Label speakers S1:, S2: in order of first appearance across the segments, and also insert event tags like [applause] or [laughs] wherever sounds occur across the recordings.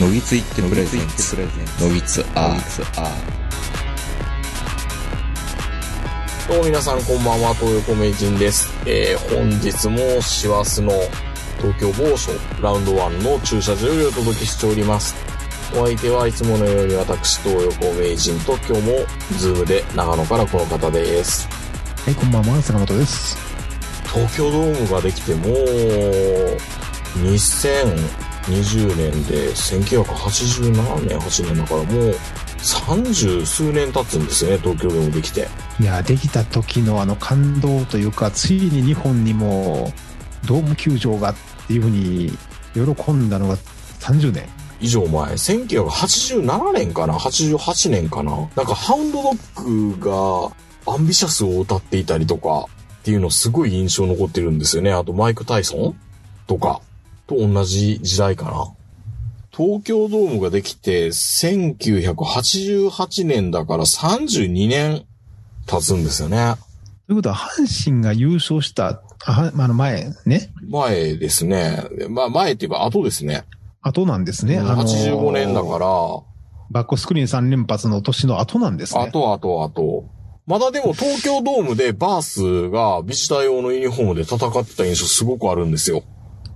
S1: のぎついってプレゼンツのぎつアー
S2: どうも皆さんこんばんは、東横名人です。えー、本日も師走の東京某所ラウンド1の駐車場よりお届けしております。お相手はいつものように私、東横名人と今日もズームで長野からこの方です。
S3: はい、こんばんは、坂本です。
S2: 東京ドームができてもう2020年で1987年、8年だからもう30数年経つんですよね、東京ドームできて。
S3: いや、できた時のあの感動というか、ついに日本にもドーム球場がっていうふうに喜んだのが30年。
S2: 以上前、1987年かな ?88 年かななんかハウンドドッグがアンビシャスを歌っていたりとかっていうのすごい印象残ってるんですよね。あとマイク・タイソンとかと同じ時代かな。東京ドームができて1988年だから32年経つんですよね。
S3: ということは、阪神が優勝した、ああの前ね、
S2: 前ですね。まあ前って言えば後ですね。
S3: 後なんですね。あの
S2: 85年だから。
S3: バックスクリーン3連発の年の後なんです
S2: あ
S3: ね。
S2: とあとあと。まだでも東京ドームでバースがビジター用のユニフォームで戦ってた印象すごくあるんですよ。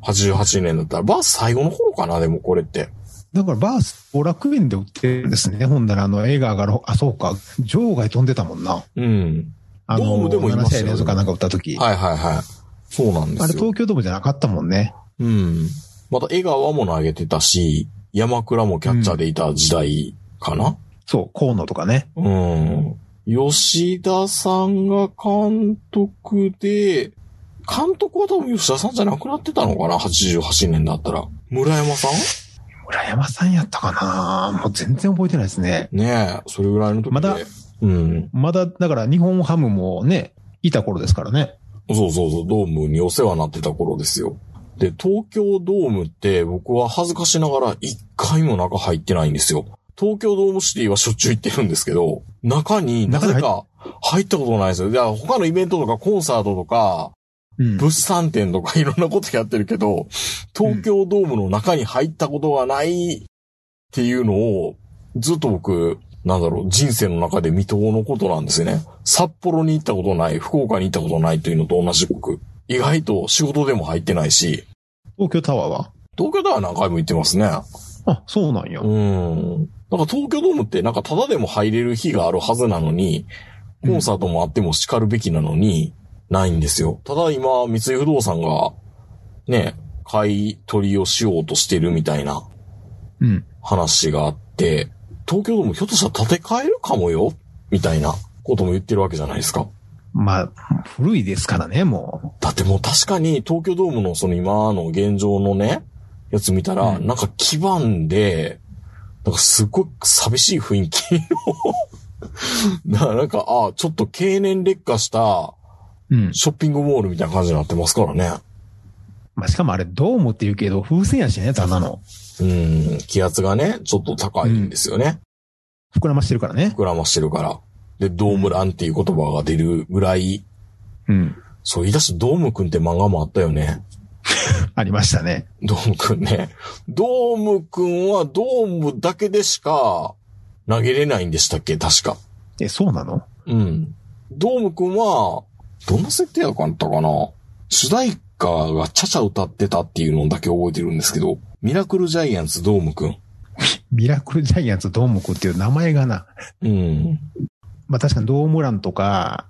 S2: 88年だったら。バース最後の頃かな、でもこれって。
S3: だから、バース、後楽園で売ってるんですね。ほんなら、あの、映画が、あ、そうか、場外飛んでたもんな。
S2: うん。
S3: あ
S2: ドー
S3: の、
S2: ムでもいま
S3: 7
S2: すよ
S3: 試合連続かなんか打った時。
S2: はいはいはい。そうなんで
S3: あれ、
S2: すよ。
S3: 東京ドームじゃなかったもんね。
S2: うん。また江川も投げてたし、山倉もキャッチャーでいた時代かな。
S3: そう、河野とかね。
S2: うん。吉田さんが監督で、監督は多分吉田さんじゃなくなってたのかな ?88 年だったら。村山さん
S3: 村山さんやったかなもう全然覚えてないですね。
S2: ねえ、それぐらいの時で。
S3: まだ
S2: うん。
S3: まだ、だから日本ハムもね、いた頃ですからね。
S2: そうそうそう、ドームにお世話になってた頃ですよ。で、東京ドームって僕は恥ずかしながら一回も中入ってないんですよ。東京ドームシティはしょっちゅう行ってるんですけど、中になぜか入ったことないですよ。じゃあ他のイベントとかコンサートとか、
S3: うん。
S2: 物産展とかいろんなことやってるけど、東京ドームの中に入ったことがないっていうのを、ずっと僕、なんだろう、人生の中で未踏のことなんですよね。札幌に行ったことない、福岡に行ったことないというのと同じく、意外と仕事でも入ってないし、
S3: 東京タワーは
S2: 東京では何回も行ってますね。
S3: あ、そうなんや。
S2: うん。なんか東京ドームってなんかただでも入れる日があるはずなのに、コンサートもあっても叱るべきなのに、ないんですよ。ただ今、三井不動産が、ね、買い取りをしようとしてるみたいな
S3: うん。
S2: 話があって、東京ドームひょっとしたら建て替えるかもよみたいなことも言ってるわけじゃないですか。
S3: まあ、古いですからね、も
S2: だってもう確かに東京ドームのその今の現状のね、やつ見たら、
S3: うん
S2: なんか基盤で、なんかすごい寂しい雰囲気の [laughs] な、なんか、あちょっと経年劣化した
S3: う。うん。
S2: ショッピングモールみたいな感じになってますからね。
S3: まあ、しかもあれ、ドームって言うけど、風船やしね、ただの。
S2: うん、気圧がね、ちょっと高いんですよね。
S3: 膨らましてるからね。
S2: 膨らましてるから。で、ドームランっていう言葉が出るぐらい、
S3: うん。
S2: そう言い出してドームくんって漫画もあったよね。
S3: ありましたね。
S2: ドームくんね。ドームくんはドームだけでしか投げれないんでしたっけ確か。
S3: え、そうなの
S2: うん。ドームくんは、どんな設定やかったかな主題歌がチャチャ歌ってたっていうのだけ覚えてるんですけど、ミラクルジャイアンツドームくん。
S3: ミラクルジャイアンツドームクっていう名前がな。
S2: うん。
S3: まあ確かにドームランとか、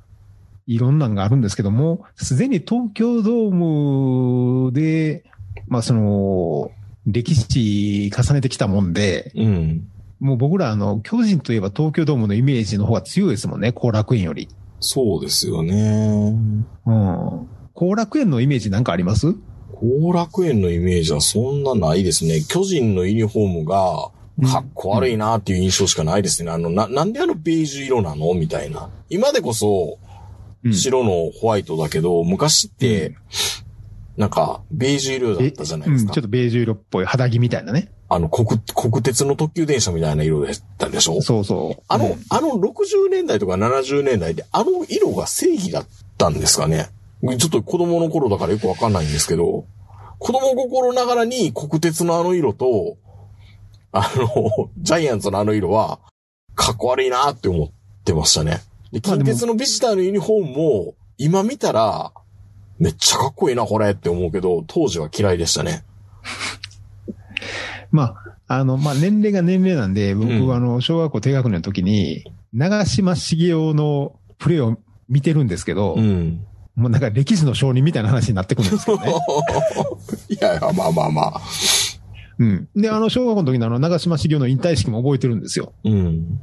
S3: いろんなのがあるんですけども、すでに東京ドームで、まあその、歴史重ねてきたもんで、
S2: うん。
S3: もう僕らあの、巨人といえば東京ドームのイメージの方が強いですもんね、後楽園より。
S2: そうですよね。
S3: うん。後楽園のイメージなんかあります
S2: 後楽園のイメージはそんなないですね。巨人のユニフォームが、かっこ悪いなっていう印象しかないですね。あの、な、なんであのベージュ色なのみたいな。今でこそ、
S3: うん
S2: 白のホワイトだけど、昔って、なんか、ベージュ色だったじゃないです
S3: えうん
S2: か
S3: ちょ。っとベージュ色っぽい肌着みたいなね。
S2: あの、国、国鉄の特急電車みたいな色だったでしょ
S3: そうそう。
S2: あ
S3: う
S2: の
S3: ん、
S2: あの60年代とか70年代で、あの色が正義だったんですかね。ちょっと子供の頃だからよくわかんないんですけど、子供心ながらに国鉄のあの色と、あの、 [laughs] ジャイアンツのあの色は、かっこ悪いなって思ってましたね。で、
S3: まあで
S2: 近
S3: も
S2: 鉄のビジターのユニフォームも、今見たら、めっちゃかっこいいな、これって思うけど、当時は嫌いでしたね。
S3: まあ、あの、まあ、年齢が年齢なんで、僕、
S2: うん
S3: あの、小学校低学年の時に、長島茂雄のプレーを見てるんですけど、
S2: うん。
S3: もうなんか歴史の証人みたいな話になってくるんですけどね。
S2: [laughs] いやいや、まあまあまあ。
S3: うん。で、あの、小学校の時のあの、長島茂雄の引退式も覚えてるんですよ。
S2: うん。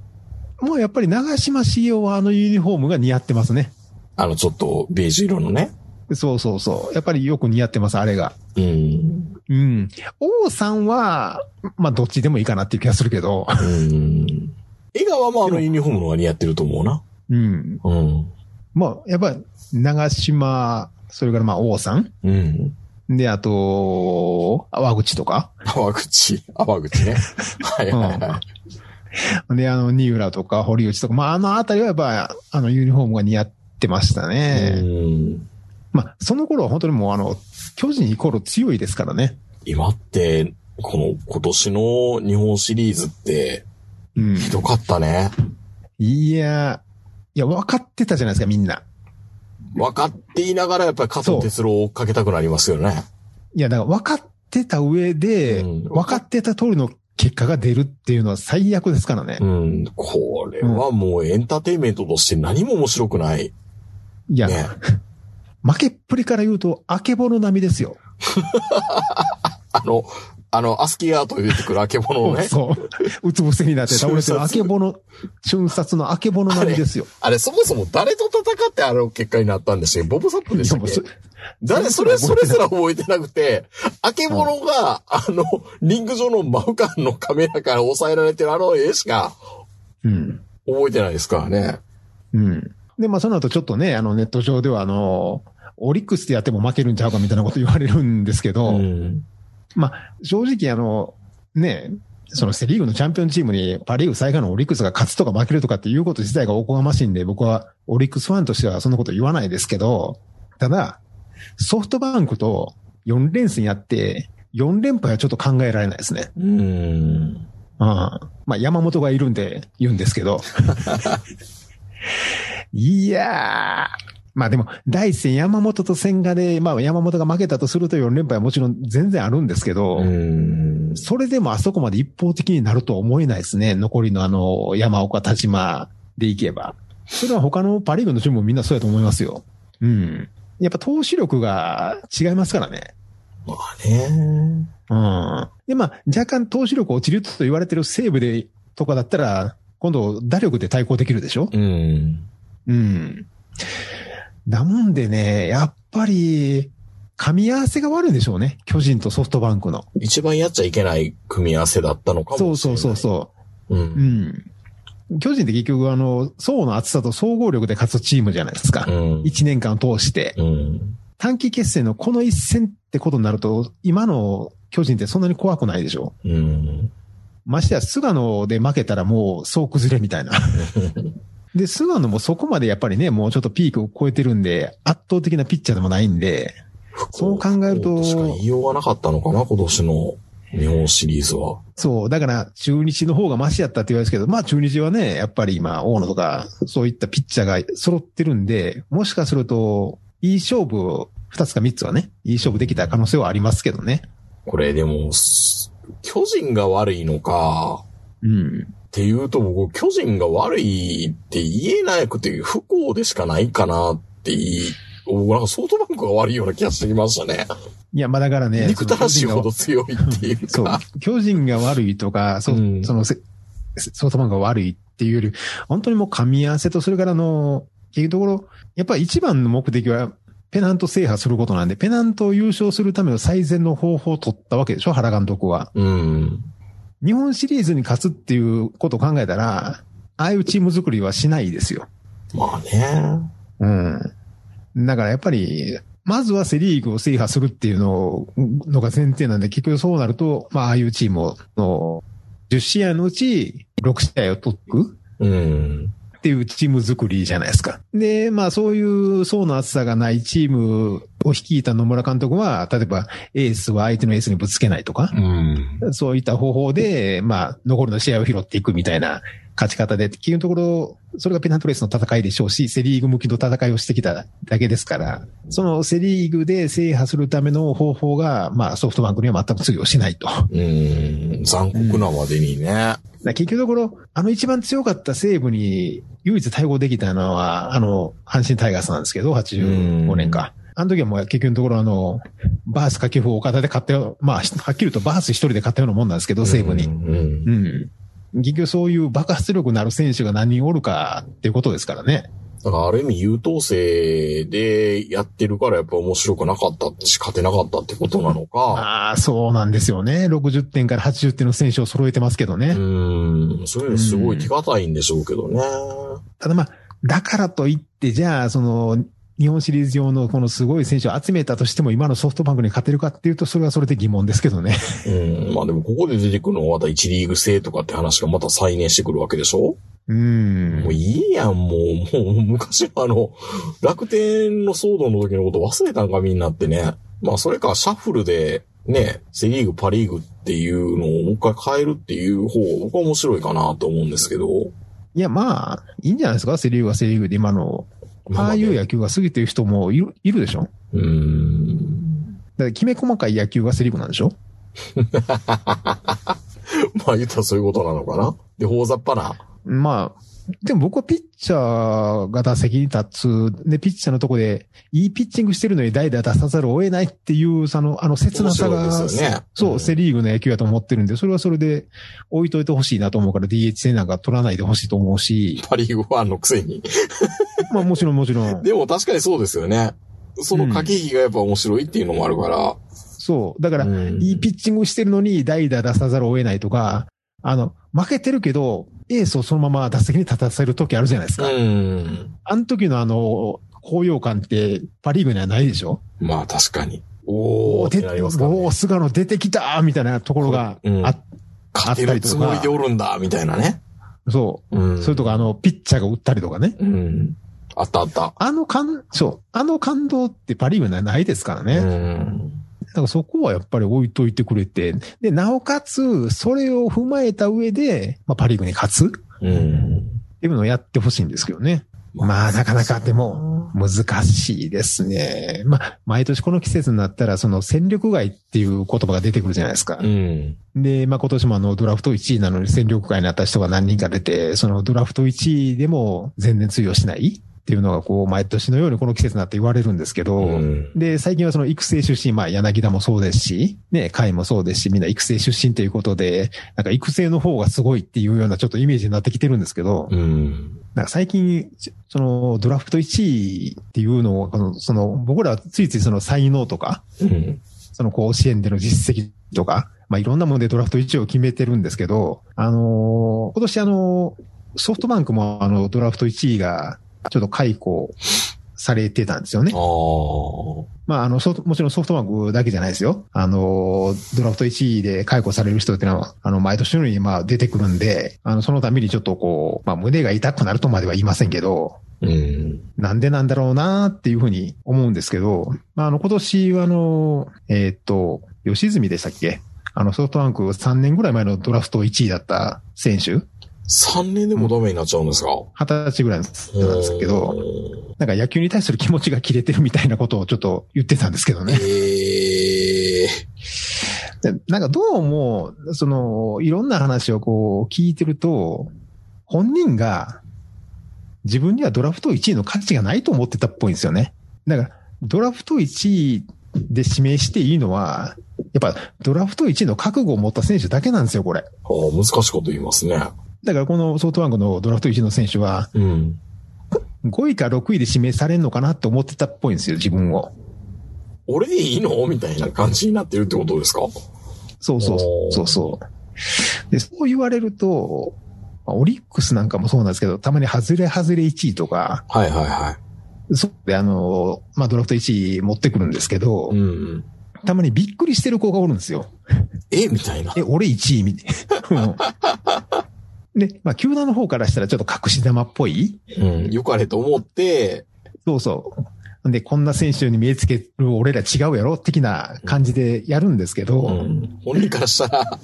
S3: もうやっぱり長島茂雄はあのユニフォームが似合ってますね。
S2: あの、ちょっと、ベージュ色のね。
S3: そうそうそう。やっぱりよく似合ってます、あれが。
S2: うん。
S3: うん。王さんは、まあ、どっちでもいいかなっていう気がするけど、
S2: うん。江川もあのユニフォームの方が似合ってると思うな。
S3: うん。
S2: うん。
S3: まあ、やっぱり、長島、それからまあ、王さん。
S2: うん。
S3: で、あと、淡口とか。
S2: 淡口、淡口ね。はいはいはい。
S3: で、あの、二浦とか、堀内とか、まあ、あのあたりはやっぱ、あの、ユニフォームが似合ってましたね。
S2: うん
S3: まあ、その頃は本当にもう、あの、巨人イコール強いですからね。
S2: 今って、この今年の日本シリーズって、
S3: うん。
S2: よかったね。
S3: いや、いや、分かってたじゃないですか、みんな。
S2: 分かっていながらやっぱり加藤哲郎を追っかけたくなりますよね。
S3: いや、だから分かってた上で、
S2: うん
S3: 分かってた通りの結果が出るっていうのは最悪ですからね
S2: う。ん。これはもうエンターテインメントとして何も面白くない。
S3: いや、
S2: ね。
S3: 負けっぷりから言うと、あけぼの並みですよ。
S2: あの、あの、アスキーアートで出てくるあけぼのをね。
S3: そう。うつ伏せになって倒れてる、あけぼの、瞬殺のあけぼの並みですよ。
S2: あれ、そもそも誰と戦ってあの結果になったんでしたっけボブサップでしたっ
S3: いやもう
S2: け
S3: そ
S2: 誰、それ、それすら覚えてなくて、あけぼろが、あの、リング上の真ウカンのカメラから抑えられてるあの絵しか
S3: うん。
S2: 覚えてないですからね。
S3: うん。で、まあ、その後ちょっとね、あの、ネット上では、あの、オリックスでやっても負けるんちゃうかみたいなこと言われるんですけど、
S2: ん。
S3: まあ、正直、あの、ね、そのセリーグのチャンピオンチームにパリーグ最下位のオリックスが勝つとか負けるとかっていうこと自体がおこがましいんで、僕はオリックスファンとしてはそんなこと言わないですけど、ただ、ソフトバンクと4連戦やって、4連敗はちょっと考えられないですね。
S2: うん。
S3: うん。まあ、山本がいるんで言うんですけど。いやー。まあでも、第一戦山本と千賀で、まあ山本が負けたとすると4連敗はもちろん全然あるんですけど、
S2: ん。
S3: それでもあそこまで一方的になるとは思えないですね。残りのあの、山岡、田島でいけば。それは他のパリーグのチームもみんなそうやと思いますよ。うん。やっぱ投手力が違いますからね。
S2: まあね。
S3: うん。で、まあ、若干投手力落ちると言われてる西部で、とかだったら、今度、打力で対抗できるでしょ
S2: うん。
S3: うん。だもんでね、やっぱり、噛み合わせが悪いんでしょうね。巨人とソフトバンクの。
S2: 一番やっちゃいけない組み合わせだったのか
S3: そ
S2: も
S3: う
S2: しれ
S3: そ
S2: な
S3: う
S2: い。
S3: そう
S2: うそう。う。
S3: そう。うんん。巨人って結局、あの、層の厚さと総合力で勝つチームじゃないですか。
S2: うん。
S3: 1年間を通して。
S2: うん。
S3: 短期決戦のこの一戦ってことになると、今の巨人ってそんなに怖くないでしょ
S2: うん。
S3: ましてや、菅野で負けたらもう総崩れ
S2: [laughs]
S3: みたいな。で、菅野もそこまでやっぱりね、もうちょっとピークを超えてるんで、圧倒的なピッチャーでもないんで、そう考えると
S2: しか言いようがなかったのかな、今年の日本シリーズは。
S3: そう、だから中日の方がマシやったって言われますけど、まあ中日はね、やっぱり今、大野とか、そういったピッチャーが揃ってるんで、もしかすると、いい勝負を、二つか三つはね、いい勝負できた可能性はありますけどね。
S2: これでも、す巨人が悪いのか、
S3: うん。
S2: っていうと僕、巨人が悪いって言えなくて不幸でしかないかなって言い、僕なんかソフトバンクが悪いような気がしてきましたね。
S3: いや、まあだからね、
S2: 憎たらしいほど強いっていう
S3: そ
S2: か。 [laughs]
S3: う、巨人が悪いとか、そ,、
S2: うん
S3: そのせ、ソフトバンクが悪いっていうより、本当にもう噛み合わせと、それからあの、っていうところ、やっぱり一番の目的は、ペナント制覇することなんで、ペナントを優勝するための最善の方法を取ったわけでしょ、原監督は。
S2: うん。
S3: 日本シリーズに勝つっていうことを考えたら、ああいうチーム作りはしないですよ。
S2: まあね。
S3: うん。だからやっぱり、まずはセリーグを制覇するっていうのをのが前提なんで、結局そうなると、まあ、ああいうチームを、の10試合のうち6試合を取っていく
S2: うん。
S3: っていうチーム作りじゃないですか。で、まあそういう層の厚さがないチームを率いた野村監督は、例えばエースは相手のエースにぶつけないとか、
S2: うん。
S3: そういった方法で、まあ残りの試合を拾っていくみたいな勝ち方で、っていうところ、それがペナントレースの戦いでしょうし、セリーグ向きの戦いをしてきただけですから、そのセリーグで制覇するための方法が、まあソフトバンクには全く通用しないと。
S2: うん。残酷なまでにね。
S3: だから結局のところ、あの一番強かった西部に唯一対抗できたのは、あの、阪神タイガースなんですけど、85年か。あの時はもう結局のところ、あの、バース掛布を岡田で買ったよ、まあ、はっきり言うとバース一人で買ったようなもんなんですけど、西部
S2: う
S3: に。
S2: ん。
S3: うん。結局そういう爆発力のある選手が何人おるかっていうことですからね。
S2: だからある意味優等生でやってるからやっぱ面白くなかったし、勝てなかったってことなのか。
S3: ああ、そうなんですよね。60点から80点の選手を揃えてますけどね。
S2: うん。そういうのすごい手堅いんでしょうけどね。
S3: ただまあ、だからといって、じゃあ、その、日本シリーズ用のこのすごい選手を集めたとしても、今のソフトバンクに勝てるかっていうと、それはそれで疑問ですけどね。
S2: うん。まあでもここで出てくるのはまた1リーグ制とかって話がまた再燃してくるわけでしょ
S3: う。
S2: もうんいいやん、もう、もう昔のあの、楽天の騒動の時のこと忘れたんかみんなってね。まあそれかシャッフルで、ね、セリーグ、パリーグっていうのをもう一回変えるっていう方が僕は面白いかなと思うんですけど。
S3: いや、まあ、いいんじゃないですかセリーグはセリーグで今の、ああいう野球が過ぎてる人もいるいるでしょだか
S2: うーん。 [laughs]
S3: らきめ細かい野球がセリーグなんでしょ
S2: まあ言ったらそういうことなのかな。で、大雑把な。
S3: まあ、でも僕はピッチャーが打席に立つ、で、ピッチャーのとこで、いいピッチングしてるのに代打出さざるを得ないっていう、その、あの、切なさ
S2: 面白
S3: が、
S2: いですよね
S3: そうう、
S2: ん、
S3: セリーグの野球やと思ってるんで、それはそれで置いといてほしいなと思うから DH 戦なんか取らないでほしいと思うし [laughs]
S2: パリーグファンのくせに。
S3: まあもちろんもちろん。
S2: でも確かにそうですよね。その駆け引きがやっぱ面白いっていうのもあるから。
S3: そう。だから、
S2: うん
S3: いいピッチングしてるのに代打出さざるを得ないとか、あの、負けてるけど、エースをそのまま打席に立たせる時あるじゃないです
S2: う
S3: か。
S2: ん。
S3: あの時のあの、高揚感ってパリーグにはないでしょ
S2: まあ確かに。おーって
S3: 出
S2: なりますからね
S3: おー菅野出てきたーみたいなところが
S2: うん
S3: あ、
S2: 勝てるつもりでおるんだ、みたいなね。
S3: そうう、
S2: ん
S3: それとか、あの、ピッチャーが打ったりとかね。
S2: うん。あったあった。
S3: あの感、そう、あの感動ってパリーグにはないですからね。
S2: う
S3: だ
S2: ん。
S3: からそこはやっぱり置いといてくれて、で、なおかつ、それを踏まえた上で、まあ、パリーグに勝つっ
S2: うん。
S3: ていうのをやってほしいんですけどね。まあ、なかなかでも、難しいですね。まあ、毎年この季節になったら、その戦力外っていう言葉が出てくるじゃないですか。
S2: うん。
S3: で、まあ、今年もあの、ドラフト1位なのに戦力外になった人が何人か出て、そのドラフト1位でも全然通用しないっていうのが、こう、毎年のようにこの季節になって言われるんですけど、
S2: うん
S3: で、最近はその育成出身、まあ、柳田もそうですし、ね、甲斐もそうですし、みんな育成出身ということで、なんか育成の方がすごいっていうようなちょっとイメージになってきてるんですけど、
S2: うん。
S3: なんか最近、ちその、ドラフト1位っていうのを、このその、僕らはついついその才能とか、
S2: うん。
S3: その甲子園での実績とか、まあ、いろんなものでドラフト1を決めてるんですけど、あのー今年あのーソフトバンクもあの、ドラフト1位が、ちょっと解雇されてたんですよね
S2: あ。あ。
S3: まあ、あの、ソフトもちろんソフトバンクだけじゃないですよ。あのー、ドラフト1位で解雇される人っていうのは、あの、毎年のように、まあ、出てくるんで、あの、そのためにちょっとこう、まあ、胸が痛くなるとまでは言いませんけど、
S2: うん。
S3: なんでなんだろうなっていうふうに思うんですけど、まあ、あの、今年はあの、えーっと、吉住でしたっけあの、ソフトバンク3年ぐらい前のドラフト1位だった選手、
S2: 3年でもダメになっちゃうんですか
S3: 20歳ぐらいの人なんですけど、
S2: うん
S3: なんか野球に対する気持ちが切れてるみたいなことをちょっと言ってたんですけどね。
S2: ええ。
S3: でなんかどうも、その、いろんな話をこう聞いてると、本人が自分にはドラフト1位の価値がないと思ってたっぽいんですよね。だから、ドラフト1位で指名していいのは、やっぱドラフト1位の覚悟を持った選手だけなんですよ、これ。
S2: ああ、難しいこと言いますね。
S3: だからこのソフトバンクのドラフト1位の選手は、
S2: うん。
S3: 5位か6位で指名されるのかなって思ってたっぽいんですよ、自分を。
S2: 俺でいいのみたいな感じになってるってことですか
S3: そうそう
S2: おー、
S3: そうそう。で、そう言われると、まあオリックスなんかもそうなんですけど、たまに外れ外れ1位とか、
S2: はいはいは
S3: そうで、あの、まあ、ドラフト1位持ってくるんですけど
S2: い。う、ん。
S3: たまにびっくりしてる子がおるんですよ。
S2: えみたいな。
S3: え、俺1位みたいな。うん [laughs] で、まあ、球団の方からしたらちょっと隠し玉っぽい
S2: うん。よかれと思って、
S3: そうそう。で、こんな選手に見えつける俺ら違うやろ的な感じでやるんですけど、
S2: うん。本人からしたら、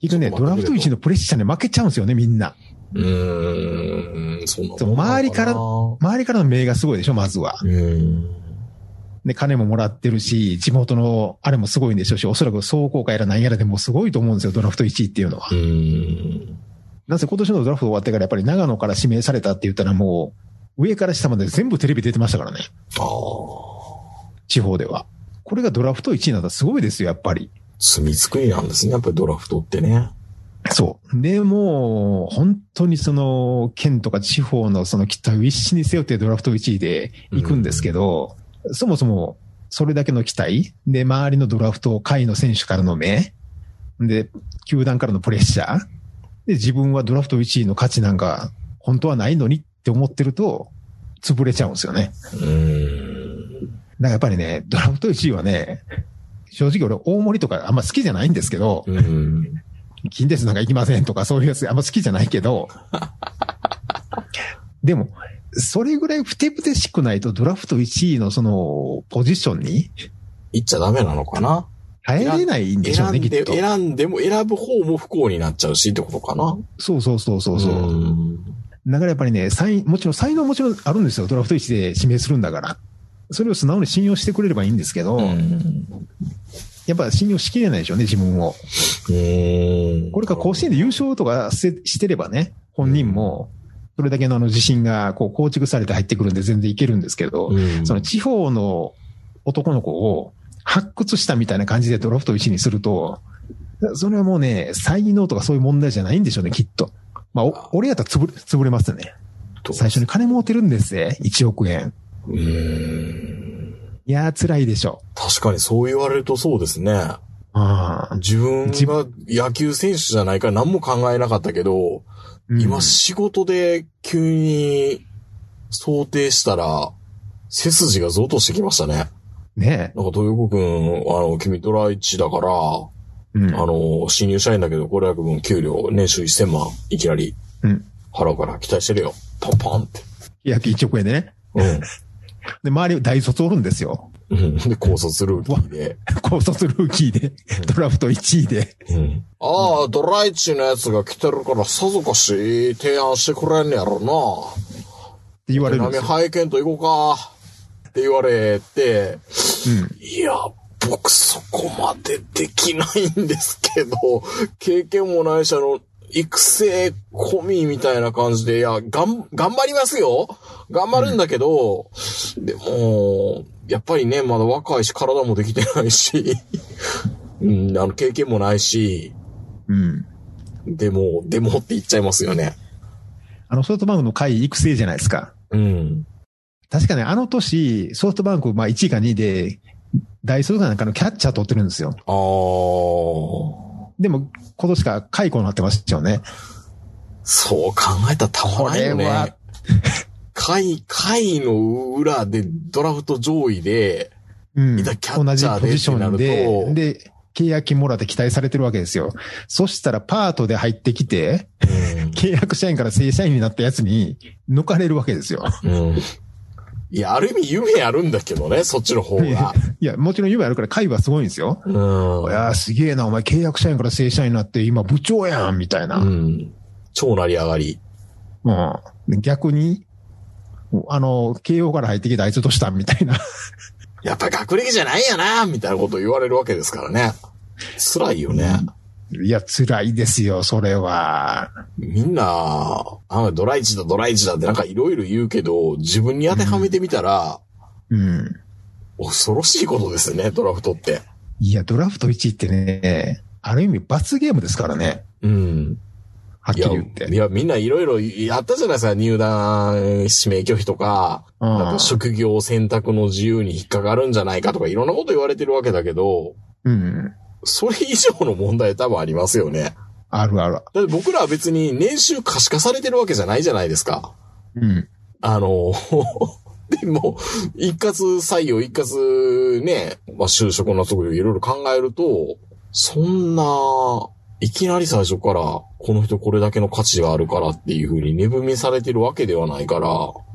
S3: 結局ね、
S2: ちょっと
S3: ドラ
S2: 待っ
S3: フ
S2: て
S3: ト
S2: くれと
S3: 1のプレッシャーに負けちゃうんですよね、みんな。
S2: うーん、そんなもんなの
S3: そう周りから
S2: う
S3: 周りからの名がすごいでしょ、まずは。
S2: ん。
S3: で、金ももらってるし、地元のあれもすごいんでしょうし、おそらく総合会やら何やらでもすごいと思うんですよ、ドラフト1位っていうのは
S2: う。ん。
S3: なぜ今年のドラフト終わってからやっぱり長野から指名されたって言ったらもう、上から下まで全部テレビ出てましたからね、
S2: ああ。
S3: 地方では。これがドラフト1位なんだすごいですよ、やっぱり。
S2: 住み作りなんですね、やっぱりドラフトってね。
S3: そう。で、もう、本当にその、県とか地方のその期待を一死に背負ってドラフト1位で行くんですけど、そもそも、それだけの期待で、周りのドラフト、会の選手からの目で、球団からのプレッシャーで、自分はドラフト1位の価値なんか、本当はないのにって思ってると、潰れちゃうんですよね。
S2: うん。
S3: だからやっぱりね、ドラフト1位はね、正直俺大盛りとかあんま好きじゃないんですけど、
S2: うん。
S3: 近鉄なんか行きませんとかそういうやつあんま好きじゃないけど、
S2: [laughs]
S3: でも、それぐらいふてぶてしくないとドラフト1位のそのポジションに
S2: 言っちゃダメなのかな
S3: 入れないんでしょう
S2: 選
S3: ね、
S2: ん
S3: きっ
S2: で、
S3: と。
S2: 選んでも、選ぶ方も不幸になっちゃうしってことかな。
S3: そうそうそうそう。う
S2: うん。
S3: だからやっぱりね、才もちろん才能もちろんあるんですよ、ドラフト1で指名するんだから。それを素直に信用してくれればいいんですけど、
S2: うん。
S3: やっぱ信用しきれないでしょうね、自分を。
S2: うん
S3: これか甲子園で優勝とかせしてればね、本人も、それだけのあの自信がこう構築されて入ってくるんで全然いけるんですけど、
S2: うん
S3: その地方の男の子を発掘したみたいな感じでドラフト1にすると、それはもうね、才能とかそういう問題じゃないんでしょうね、きっと。まあ、お俺やったら潰れ潰れますね。最初に金持ってるんですね、1億円。
S2: うん。
S3: いやー、辛いでしょ
S2: 確かにそう言われるとそうですね。
S3: う。あ
S2: 自分
S3: 自
S2: が野球選手じゃないから何も考えなかったけど、
S3: ー
S2: 今仕事で急に想定したら、背筋が増としてきましたね。
S3: うんね
S2: なんか、豊子くん、あの、君ドラ1だから、
S3: うん
S2: あの、新入社員だけど、これだけ分給料、年収1000万、いきなり
S3: うん。
S2: 払うから期待してるよ。ポンポンって。
S3: 約1億円でね。で、周り大卒おるんですよ。 [laughs]
S2: うん。うん。 [laughs] で、高卒ルーキーで。
S3: 高卒ルーキーで、ドラフト1位で。
S2: うん。ああ、ドラ1のやつが来てるから、さぞかし、提案してくれんねやろな。
S3: って言われるん
S2: 波
S3: ですよ。
S2: 拝見と行こうか。って言われて、いや、僕そこまでできないんですけど、 [laughs] 経験もないし、あの、育成込みみたいな感じで、いや、がん、頑張りますよ頑張るんだけど、でも、やっぱりね、まだ若いし、体もできてないし、 [laughs] うん、あの、経験もないし、
S3: うん。うん。
S2: でも、でもって言っちゃいますよね。
S3: あの、ソフトバンクの会育成じゃないですか。
S2: うん。
S3: 確かね、あの年、ソフトバンク、まあ1位か2位で、大卒かなんかのキャッチャー取ってるんですよ。
S2: あー。
S3: でも、今年から解雇になってましたよね。
S2: そう考えたらたまらんよ
S3: これは
S2: ね。会、会の裏でドラフト上位で、
S3: うん。
S2: い
S3: 同
S2: ざ
S3: じ
S2: キャッチャーで
S3: ポジション
S2: ってなると
S3: で、で、契約金もらって期待されてるわけですよ。そしたらパートで入ってきて、契約社員から正社員になったやつに抜かれるわけですよ。 [laughs]
S2: うんいや、ある意味夢あるんだけどね、そっちの方が。
S3: いや、もちろん夢あるから会はすごいんですよ。
S2: うん
S3: いやーすげえな、お前契約社員から正社員になって今部長やんみたいな。
S2: うん。超成り上がり。
S3: うん。逆に、あの、慶応から入ってきたあいつどうしたみたいな。
S2: やっぱ学歴じゃないんやな、みたいなこと言われるわけですからね。辛いよね。
S3: いや、辛いですよ、それは。
S2: みんな、あドライチだ、ドライチだってなんかいろいろ言うけど、自分に当てはめてみたら、
S3: うん。
S2: 恐ろしいことですね、ドラフトって。
S3: いや、ドラフト1位ってね、ある意味罰ゲームですからね。
S2: うん。
S3: はっ
S2: いや
S3: きり言って。
S2: いや、みんないろいろやったじゃないですか。入団指名拒否とか、
S3: うん
S2: なんか職業選択の自由に引っかかるんじゃないかとか、いろんなこと言われてるわけだけど、
S3: うん。
S2: それ以上の問題多分ありますよね。
S3: あるある。
S2: だって僕らは別に年収可視化されてるわけじゃないじゃないですか。
S3: うん。
S2: あの、 [laughs] でも、一括採用、一括ね、まあ、就職のところいろいろ考えると、そんないきなり最初から、この人これだけの価値があるからっていう風に値踏みされてるわけではないから、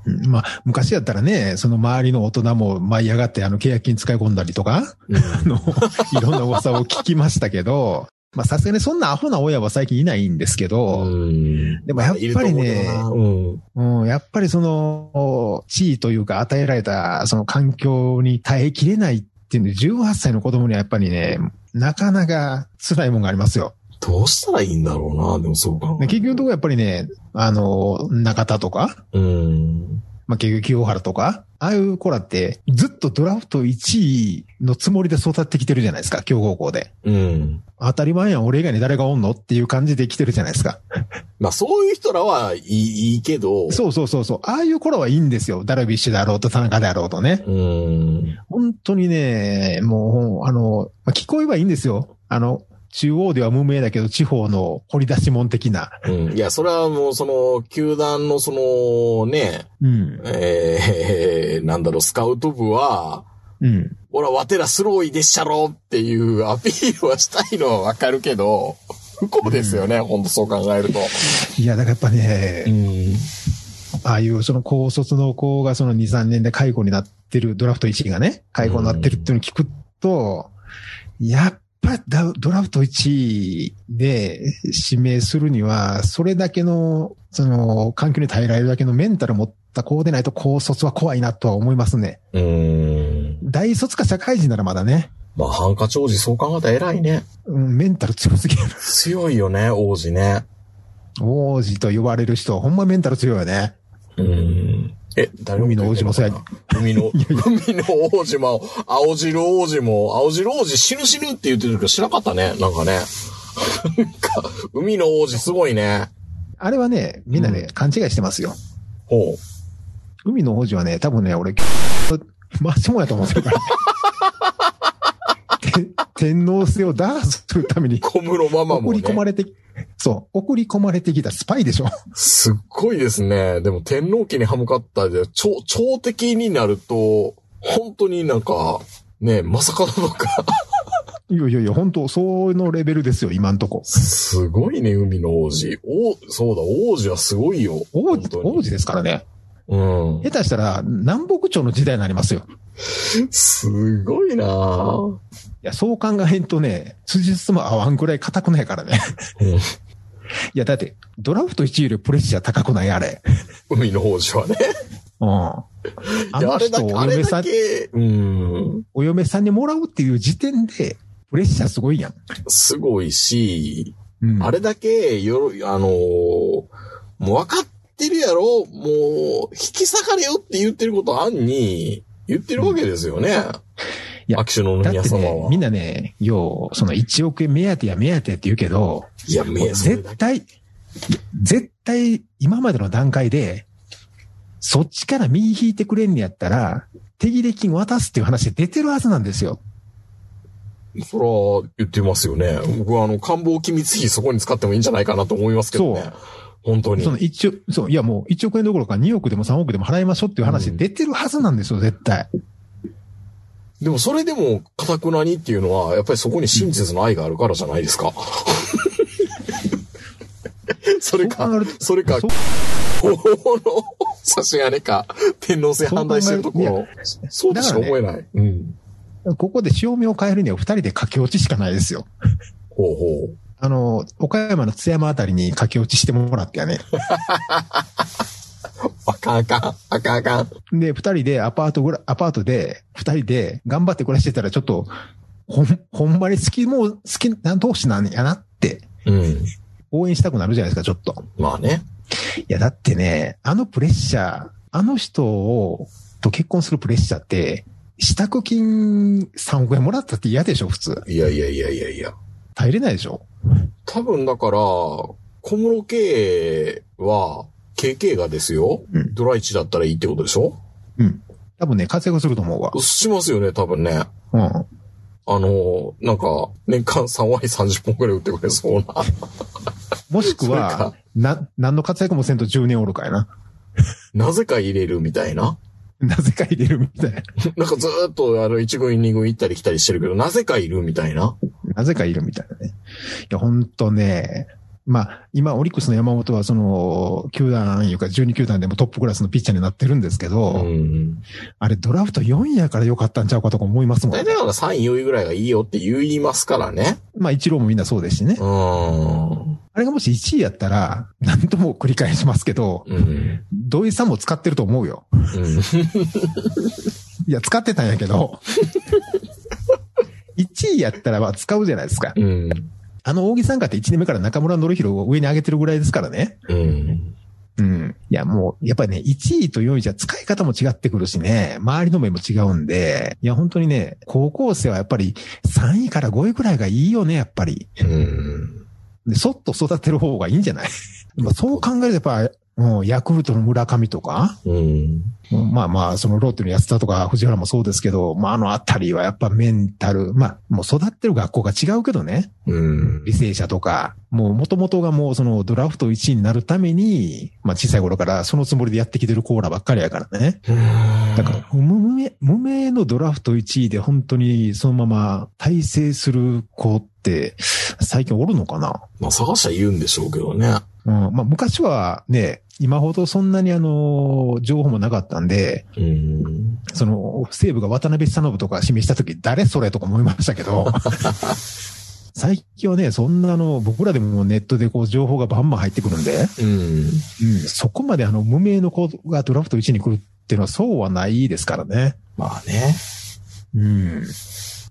S3: うんまあ、昔やったらね、その周りの大人も舞い上がって、あの、契約金使い込んだりとか、あの、 [laughs] いろんな噂を聞きましたけど、まあ、さすがにそんなアホな親は最近いないんですけ
S2: う
S3: ど、
S2: ん。
S3: でもやっぱりね
S2: いると思うんだよな
S3: うん、やっぱりその、地位というか与えられた、その環境に耐えきれないっていうので、18歳の子供にはやっぱりね、なかなか辛いもんがありますよ。
S2: うん。どうしたらいいんだろうな、でもそうか。
S3: で結局のところやっぱりね、あの、中田とか、
S2: うん。
S3: まあ、結局清原とか、ああいう子らって、ずっとドラフト1位のつもりで育ってきてるじゃないですか、強豪校で。
S2: うん。
S3: 当たり前やん、俺以外に誰がおんのっていう感じで来てるじゃないですか。
S2: まあそういう人らはいいいいけど、
S3: そうそうそうそう。ああいう頃はいいんですよ。ダルビッシュだろうと田中だろうとね。
S2: うん。
S3: 本当にね、もう、あの、まあ聞こえはいいんですよ。あの、中央では無名だけど、地方の掘り出し門的な。
S2: うん。いや、それはもうその、球団のその、ね、
S3: うん。
S2: えー、なんだろう、スカウト部は、
S3: うん。
S2: 俺はワテらスローイでっしゃろっていうアピールはしたいのはわかるけど、不幸ですよね、ほんとそう考えると。
S3: いや、だからやっぱね、
S2: ん。
S3: ああいうその高卒の子がその2、3年で解雇になってる、ドラフト1位がね、解雇になってるっていうのを聞くと、やっぱダドラフト1位で指名するには、それだけの、その、環境に耐えられるだけのメンタル持った子でないと高卒は怖いなとは思いますね。
S2: うん。
S3: 大卒か社会人ならまだね、
S2: まあ、ハンカチ王子そう考えたら偉いね。
S3: うん、メンタル強すぎる。
S2: 強いよね、王子ね。
S3: [laughs] 王子と呼ばれる人、ほんまメンタル強いよね。
S2: うん。え、誰
S3: 海の王子もそうや
S2: 海の、海の王子も、青汁王子も、青汁王子死ぬ死ぬって言ってるけど知らなかったね、なんかね。なんか海の王子すごいね。
S3: あれはね、みんなね、勘違いしてますよ。
S2: ほう。
S3: 海の王子はね、多分ね、俺、 [laughs] マシモやと思ってる [laughs] から、ね。て天皇制を打破するために、
S2: 小室ママも
S3: 送り込ま
S2: ね。
S3: れて、そう、送り込まれてきたスパイでしょ。 [laughs]
S2: すっごいですね。でも天皇家に歯向かったで、超、超敵になると、本当になんか、ね、まさかのか。
S3: いやいやいや、本当そのレベルですよ、今んとこ。
S2: すごいね、海の王子。お、そうだ、王子はすごいよ。
S3: 王
S2: 本
S3: 子、
S2: 当に
S3: 王子ですからね。
S2: うん。
S3: 下手したら、南北朝の時代になりますよ。
S2: すごいなぁ
S3: いや、そう考えんとね、辻褄合わんくらい硬く [laughs] ないからね。
S2: うん
S3: いや、だって、ドラフト1位よりプレッシャー高くないあれ。
S2: 海の王子はね。
S3: うん。あ
S2: いや
S3: の人をお嫁さ
S2: あれだ
S3: ん、
S2: け、うん、
S3: お嫁さんにもらうっていう時点で、プレッシャーすごいやん。
S2: すごいし、
S3: うん。
S2: あれだけ、よろ、あのーもう分かってるやろもう、引き裂かれよって言ってることあんに、言ってるわけですよね。
S3: いや
S2: 握手の
S3: だっ
S2: 宮
S3: て
S2: 様
S3: ね
S2: は。、
S3: みんなね、よう、その1億円目当てや目当てって言うけど、
S2: いや、
S3: も
S2: め
S3: う
S2: それだ
S3: 絶対、絶対、今までの段階で、そっちから右引いてくれんのやったら、手切れ金渡すっていう話出てるはずなんですよ。
S2: け、そら、言ってますよね。僕はあの、官房機密費そこに使ってもいいんじゃないかなと思いますけど
S3: そ
S2: ね。本当に。
S3: その一億、そう、いやもう1億円どころか2億でも3億でも払いましょうっていう
S2: う
S3: 話
S2: ん
S3: 出てるはずなんですよ、絶対。
S2: でもそれでも、かたくなにっていうのは、やっぱりそこに真実の愛があるからじゃない
S3: [laughs]
S2: ですか。それ
S3: そう考
S2: か、
S3: えると
S2: それか
S3: そう、
S2: 法の差し金か、天皇制反対してるとこ
S3: そう
S2: ろ、そうとしか思えない。うん。
S3: ここで潮目を変えるには2人で駆け落ちしかないですよ。
S2: ほうほう。
S3: あの、岡山の津山あたりに駆け落ちしてもらってやね。
S2: あかんあかん、あかんあかん。
S3: で、二人でアパートぐら、アパートで、二人で頑張って暮らしてたらちょっと、ほん、ほんまに好き、もう好きな同士なんやなって、
S2: うん。
S3: 応援したくなるじゃないですか、ちょっと。
S2: まあね。
S3: いや、だってね、あのプレッシャー、あの人を、と結婚するプレッシャーって、支度金3億円もらったって嫌でしょ、普通。
S2: いやいやいやいやいや。
S3: 耐えれないでしょ。
S2: 多分だから、小室圭は、KK がですよ、
S3: うん
S2: ドライチだったらいいってことでしょ
S3: うん。多分ね、活躍すると思うわ。
S2: しますよね、多分ね。
S3: うん。
S2: あの、なんか、年間3割30本くらい打ってくれそうな。 [laughs]
S3: もしく
S2: それ
S3: は
S2: か、
S3: な、何の活躍もせんと10年おるかいな。 [laughs]
S2: なぜか入れるみたいな。
S3: なぜか入れるみたいな。
S2: なんかずーっと、あの、1軍、2軍行ったり来たりしてるけど、なぜかいるみたいな。
S3: なぜかいるみたいなね。や、本当ね、まあ、今、オリックスの山本は、その、球団いうか、12球団でもトップクラスのピッチャーになってるんですけど、
S2: うん。
S3: あれ、ドラフト4位やから良かったんちゃうかとか思いますもん
S2: 大。体なんか3位、4位ぐらいがいいよって言いますからね。
S3: まあ、一郎もみんなそうですしね。
S2: うん。
S3: あれがもし1位やったら、なんとも繰り返しますけど、
S2: うん。
S3: 土井さんも使ってると思うよ。 [laughs]
S2: うん。
S3: いや、使ってたんやけど、1位やったらは使うじゃないですか。
S2: うん。
S3: あの、扇さんかって1年目から中村則弘を上に上げてるぐらいですからね。
S2: うん。
S3: うん。いや、もう、やっぱりね、1位と4位じゃ使い方も違ってくるしね、周りの目も違うんで、いや、本当にね、高校生はやっぱり3位から5位ぐらいがいいよね、やっぱり。
S2: うん。
S3: で、そっと育てる方がいいんじゃ [laughs] ないまあそう考えるとやっぱ、うん、ヤクルトの村上とか、
S2: うん。
S3: うんまあまあ、そのロッテの安田とか藤原もそうですけど、まああのあたりはやっぱメンタル、まあもう育ってる学校が違うけどね、
S2: うん
S3: 履。正社とか、もう元々がもうそのドラフト1位になるために、まあ小さい頃からそのつもりでやってきてるコーラばっかりやからね。だから、無名、無名のドラフト1位で本当にそのまま体制する子って最近おるのかな
S2: まあ探したら言うんでしょうけどね。
S3: うん、まあ昔はね、今ほどそんなにあの、情報もなかったんで、
S2: うん。
S3: その、西武が渡辺久信とか示した時、誰それとか思いましたけど、最近はね、そんなあの、僕らでもネットでこう、情報がバンバン入ってくるんで、
S2: うん。
S3: うん、そこまであの、無名の子がドラフト1に来るっていうのはそうはないですからね。
S2: まあね。
S3: うん。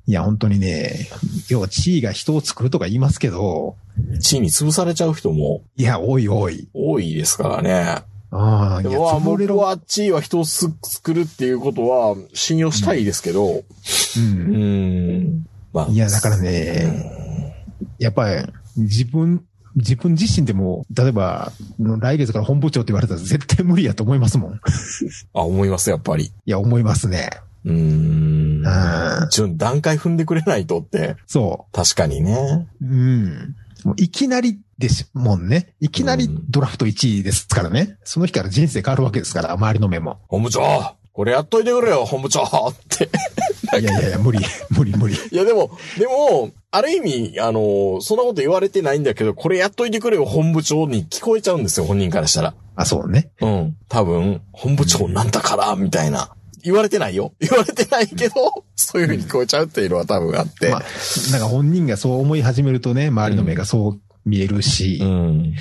S3: いや、本当にね、要は地位が人を作るとか言いますけど、
S2: 地位に潰されちゃう人も
S3: いや、多い多い。
S2: 多いですからね。
S3: ああ、い
S2: で
S3: や、
S2: も、
S3: 潰
S2: 僕
S3: れろ。
S2: は地位は人をす作るっていうことは信用したいですけど。
S3: うん
S2: ん。まあ。
S3: いや、だからね、やっぱり自分、自分自身でも、例えば、来月から本部長って言われたら絶対無理やと思いますもん。い
S2: あ、思います、やっぱり。
S3: や、思いますね。
S2: うん
S3: う。ん。
S2: ちょ段階踏んでくれないとって、
S3: そ
S2: 確かにね。
S3: う。うん。もういきなりですもんね。いきなりドラフト1位ですからね。その日から人生変わるわけですから、周りの目も。
S2: 本部長これやっといてくれよ、本部長って。
S3: いやいやいや、無理、 [laughs] 無理、無理。
S2: いや、でも、でも、ある意味、あの、そんなこと言われてないんだけど、これやっといてくれよ、本部長に聞こえちゃうんですよ、本人からしたら。
S3: あ、そうね。
S2: うん。多分、本部長なんだから、みたいな。言われてないよ。 [laughs] 言われてないけど、そういう風に聞こえちゃうっていうのは多分あって。
S3: まあ、なんか本人がそう思い始めるとね、周りの目がそう見えるし。
S2: うん。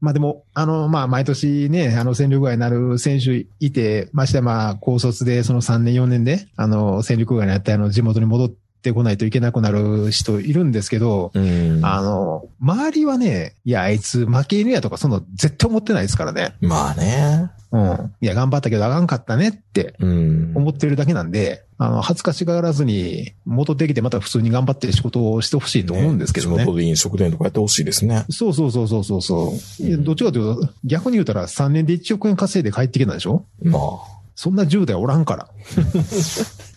S3: まあでも、あの、まあ毎年ね、あの戦力外になる選手いて、ましてやまあ高卒でその3年4年で、あの戦力外になってあの地元に戻ってこないといけなくなる人いるんですけど、
S2: うん。
S3: あの、周りはね、いや、あいつ負け犬やとかそんなの絶対思ってないですからね。
S2: まあね。
S3: うん。いや、頑張ったけどあかんかったねって
S2: うん。
S3: 思ってるだけなんで、あの、恥ずかしがらずに戻ってきてまた普通に頑張って仕事をしてほしいと思うんですけどね
S2: 地。元で飲食店とかやってほしいですね。
S3: そうそうそうそうそうそう。いやどっちかというと、逆に言うたら3年で1億円稼いで帰ってきたでしょ
S2: まあ。
S3: そんな10代おらんから。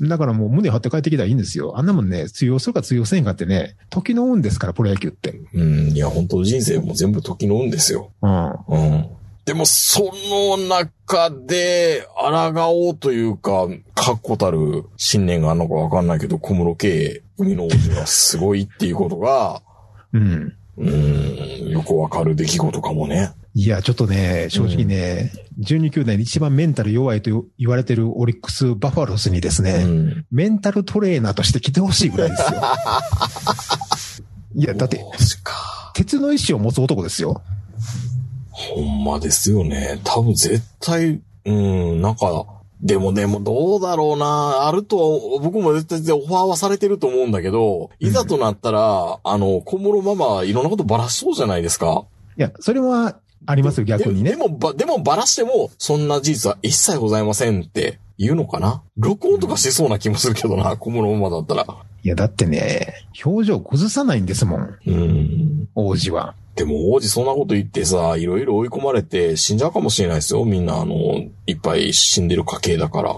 S3: だからもう胸張って帰ってきたらいいんですよ。あんなもんね、通用するか通用せんかってね、時の運ですから、プロ野球って。
S2: うん。いや、本当人生も全部時の運ですよ。
S3: うん。
S2: うん。でも、その中で、抗おうというか、確固たる信念があるのかわかんないけど、小室圭、海の王子がすごいっていうことが、
S3: うん。
S2: うーん、よくわかる出来事かもね。
S3: いや、ちょっとね、正直ね、12球団で一番メンタル弱いと言われてるオリックス・バファローズにですね、
S2: ん。
S3: メンタルトレーナーとして来てほしいぐらいですよ。いや、だって、
S2: マジか。
S3: 鉄の意志を持つ男ですよ。
S2: ほんまですよね。多分絶対、うん、なんか、でもでもどうだろうな。あるとは、僕も絶対オファーはされてると思うんだけど、いざとなったら、あの、小室ママいろんなことばらしそうじゃないですか。
S3: いや、それはありますよ、逆にね
S2: で。でもば、でもばらしても、そんな事実は一切ございませんって言うのかな録音とかしそうな気もするけど
S3: [laughs]
S2: な、小室ママだったら。
S3: いや、だってね、表情崩さないんですもん、
S2: うん。
S3: 王子は。
S2: でも王子そんなこと言ってさ、いろいろ追い込まれて死んじゃうかもしれないですよ。みんなあの、いっぱい死んでる家系だ
S3: [laughs]
S2: から。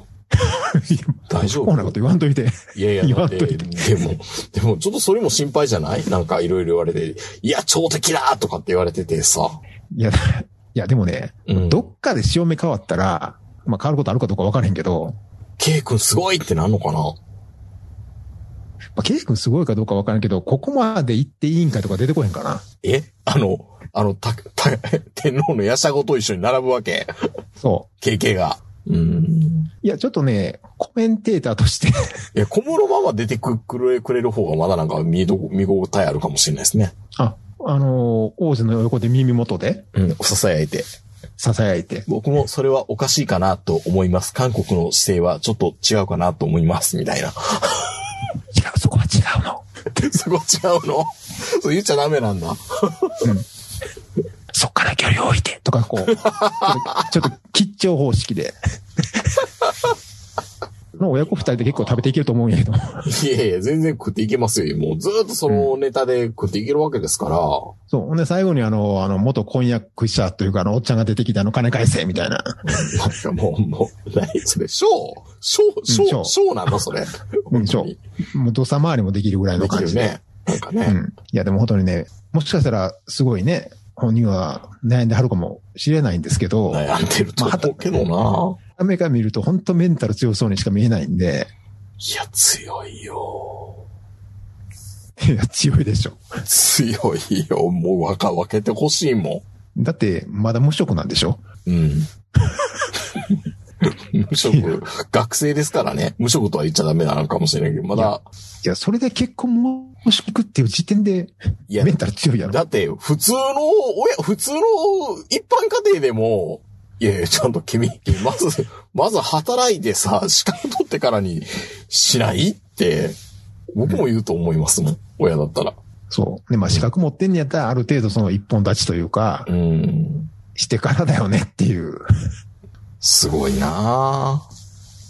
S2: 大丈
S3: こんな
S2: 夫
S3: こと言わんといて。 [laughs]
S2: いやいや、
S3: 言
S2: だ
S3: わ
S2: っ
S3: ん
S2: て、
S3: といて
S2: でも、でもちょっとそれも心配じゃないなんかいろいろ言われて、いや、超敵だとかって言われててさ。
S3: いや、いや、でもね、
S2: うん。
S3: どっかで潮目変わったら、まあ変わることあるかどうか分からへんけど、
S2: ケイ君すごいってなんのかな
S3: まあ、ケイ君すごいかどうかわからんけど、ここまで行っていいんかとか出てこへんかな。
S2: えあの、あの、た、た、天皇のやしゃごと一緒に並ぶわけ。
S3: そ
S2: KK が。うん。
S3: う。いや、ちょっとね、コメンテーターとして、 [laughs]
S2: いや、小室ママ出てくくれくれる方がまだなんか見ど、見応えあるかもしれないですね。
S3: あ、あのー王子の横で耳元で
S2: うん、囁いて。
S3: 囁いて。
S2: 僕もそれはおかしいかなと思います。韓国の姿勢はちょっと違うかなと思います、みたいな。 [laughs]
S3: 違う、そこは違うの。
S2: そこ違うの [laughs] そう言っちゃダメなんだ。
S3: そっから距離を置いてとか、こう、ちょっとちょっと吉兆方式で。 [laughs] の親子二人で結構食べていけると思うんやけど。
S2: いやいや、全然食っていけますよ。もうずーっとそのネタで食っていけるわけですから。
S3: そう。ほんで、最後にあの、あの、元婚約者というか、あの、おっちゃんが出てきて、あの、金返せみたいな。
S2: なんかもう、もう、何それ、ショーショー、ショ
S3: ショ
S2: ー、
S3: ー
S2: ショーなの [laughs] それ。
S3: うん、そう。もう、土佐回りもできるぐらいの
S2: でき
S3: 感
S2: る
S3: じで。
S2: ね。なんか
S3: う
S2: ね。
S3: ん。いや、でも本当にね、もしかしたら、すごいね、本人は悩んではるかもしれないんですけど、
S2: 悩んでると思うけどな。
S3: アメリカ見ると本当メンタル強そうにしか見えないんで、
S2: いや、強いよ。
S3: いや、強いでしょ。
S2: 強いよ。もう、わか、分けてほしいも
S3: だって、まだ無職なんでしょ
S2: ん。 [laughs] うん。無職、学生ですからね。無職とは言っちゃダメなのかもしれないけど、まだ、
S3: いや、それで結婚もしくっていう時点で、
S2: いや
S3: メ、ンタル強いやろ。
S2: だって、普通の、親、普通の一般家庭でも、いやいや、ちゃんと君、まず、まず働いてさ、資格取ってからにしないって、僕も言うと思いますもん。親だったら。
S3: そう。で、まあ、資格持ってんねやったら、ある程度その一本立ちというか、
S2: うん。
S3: してからだよねっていう。
S2: すごいな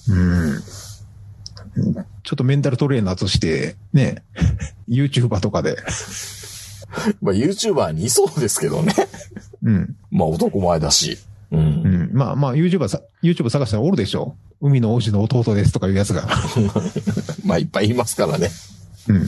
S2: ぁ
S3: うん。ちょっとメンタルトレーナーとして、ね、YouTuber とかで、
S2: まあ、YouTuber にいそうですけどね。
S3: うん。
S2: まあ、男前だし。う。
S3: うんん。まあまあ、YouTuber さ、YouTuber 探したらおるでしょ海の王子の弟ですとかいうやつが。
S2: まあ、いっぱいいますからね。
S3: うん。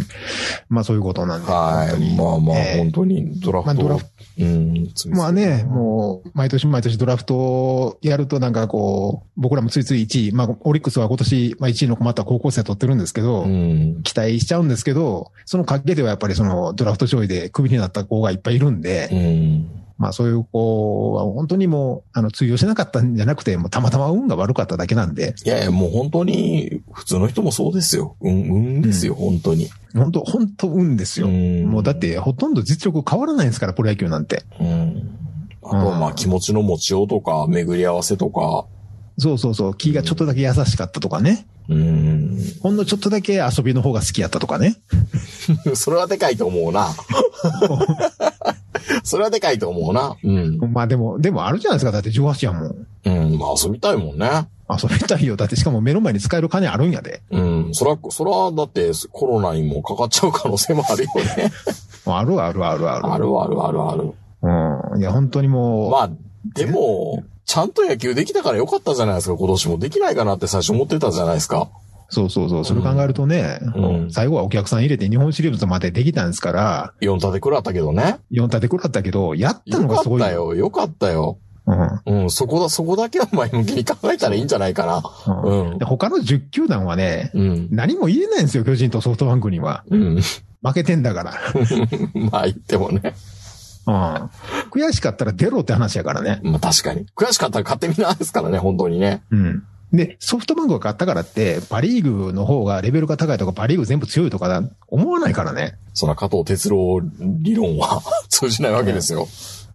S3: まあそういうことなんで。
S2: は
S3: 本当
S2: い。
S3: に
S2: まあまあ、
S3: えー
S2: 本当にドラフト。
S3: まあドラフ
S2: うん。
S3: まあね、もう、毎年毎年ドラフトをやるとなんかこう、僕らもついつい1位、まあ、オリックスは今年、まあ1位の困った高校生取ってるんですけど、
S2: うん。
S3: 期待しちゃうんですけど、その陰ではやっぱりそのドラフト上位でクビになった子がいっぱいいるんで、
S2: うん。
S3: まあそういう子は本当にもう、あの、通用しなかったんじゃなくて、もうたまたま運が悪かっただけなんで、
S2: いやいや、もう本当に、普通の人もそうですよ。うん、うんですよ、本当に。
S3: 本当本当運ですよ。
S2: ん
S3: もうだっ、てほとんど実力変わらないんですから、プロ野球なんて。
S2: うん。あとはまあ気持ちの持ちようとか、巡り合わせとか、
S3: そうそうそう、気がちょっとだけ優しかったとかね。
S2: うん。 [laughs]
S3: ほんのちょっとだけ遊びの方が好きやったとかね。
S2: それはでかいと思うな。 [laughs] それはでかいと思うな。うん。
S3: まあでも、でもあるじゃないですか。だって18やもん。
S2: うん、まあ遊びたいもんね。
S3: 遊びたいよ。だってしかも目の前に使える金あるんやで。
S2: うん、そら、そら、だってコロナにもかかっちゃう可能性もあるよね。
S3: あるあるある [laughs] ある。
S2: あるあるあるある。
S3: うん。いや、本当にもう、
S2: まあ、でも、ちゃんと野球できたからよかったじゃないですか、今年も。できないかなって最初思ってたじゃないですか。
S3: そうそうそう。それ考えるとね、
S2: うん
S3: 最後はお客さん入れて日本シリーズまでできたんですから、
S2: 4立てくらったけどね。
S3: 4立てくらったけど、やったの
S2: よ
S3: が
S2: か
S3: すご
S2: っ
S3: い。
S2: たよ、よかったよ。
S3: うん。う
S2: うん、そこだ、そこだけは前向きに考えたらいいんじゃないかな。
S3: ん
S2: うん
S3: で。他の10球団はね、
S2: うん。
S3: 何も言えないんですよ、巨人とソフトバンクには。
S2: うん。 [laughs]
S3: 負けてんだから。
S2: まあ言ってもね。
S3: うん。悔しかったら出ろって話やからね。
S2: まあ確かに。悔しかったら勝手になんですからね、本当にね。
S3: うん。で、ソフトバンクが勝ったからって、パリーグの方がレベルが高いとか、パリーグ全部強いとかだ思わないからね。
S2: そら加藤哲郎理論は [laughs] 通じないわけですよ。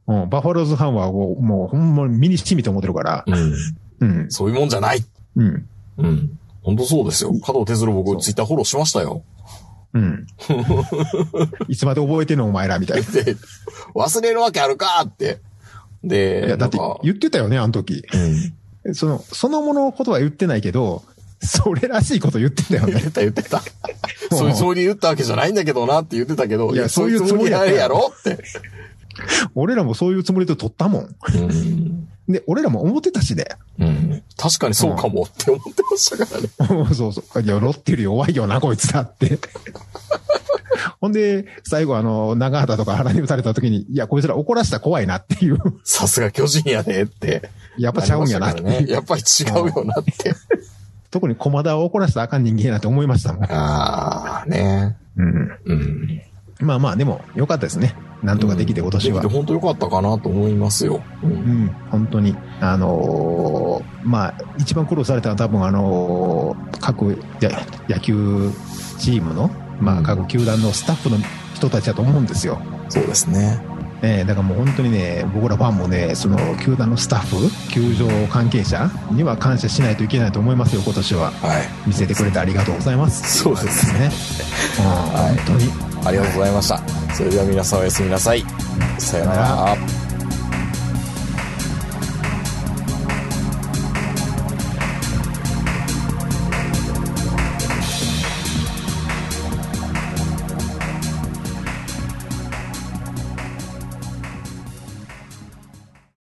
S3: うん。バファローズファンはもう、もうほんまに身にしみと思ってるから。
S2: うん。
S3: うん。
S2: そういうもんじゃない。
S3: うん。
S2: うん。本当そうですよ。加藤哲郎僕ツイッターフォローしましたよ。
S3: うん。
S2: [laughs]
S3: いつまで覚えてんのお前らみたいな。
S2: で、忘れるわけあるかって。で、
S3: いや、だって
S2: なんか
S3: 言ってたよね、あの時。
S2: うん。
S3: その、そのもののことは言ってないけど、それらしいこと言ってた
S2: [laughs]
S3: よ
S2: 言っ
S3: ね。
S2: てた言って
S3: [laughs]
S2: た。そういうつもりで言ったわけじゃないんだけどなって言ってたけど、
S3: いやそういうつもり
S2: あ
S3: やった
S2: る
S3: よ
S2: やろって。
S3: 俺らもそういうつもりで撮ったもん。
S2: うん。
S3: で、俺らも思ってたしね。
S2: うん。確かにそうかもって思ってましたからね。
S3: [laughs] そうそう。いや、ロッテより弱いよな、こいつだって。 [laughs] ほんで、最後あの、長畑とか原に打たれた時に、いや、こいつら怒らしたら怖いなっていう。 [laughs]
S2: さすが巨人やねって。
S3: やっぱちゃうんやなっていう。
S2: ね。やっぱり違うよなって。
S3: 特に駒田を怒らせたらあかん人間やなって思いましたもん。
S1: ああ、ね。
S3: うん。
S1: うん。
S3: まあまあ、でも、良かったですね。なんとかできて、今年は。
S1: できて本当良かったかなと思いますよ。うん
S3: うん、本当に、あのーまあ、一番苦労されたのは、多分あのー各や野球チームの、ま
S1: う
S3: あ、
S1: ん
S3: 各球団のスタッフの人たちだと思うんですよ。
S1: そうですね。
S3: えーだからもう本当にね、僕らファンもね、その球団のスタッフ、球場関係者には感謝しないといけないと思いますよ、今年は。
S1: はい。
S3: 見せてくれてありがとうございます。
S1: そうです
S3: ね。うん、
S1: はい
S3: 本当に。
S1: ありがとうございました。それでは皆さんおやすみなさい。さようなら。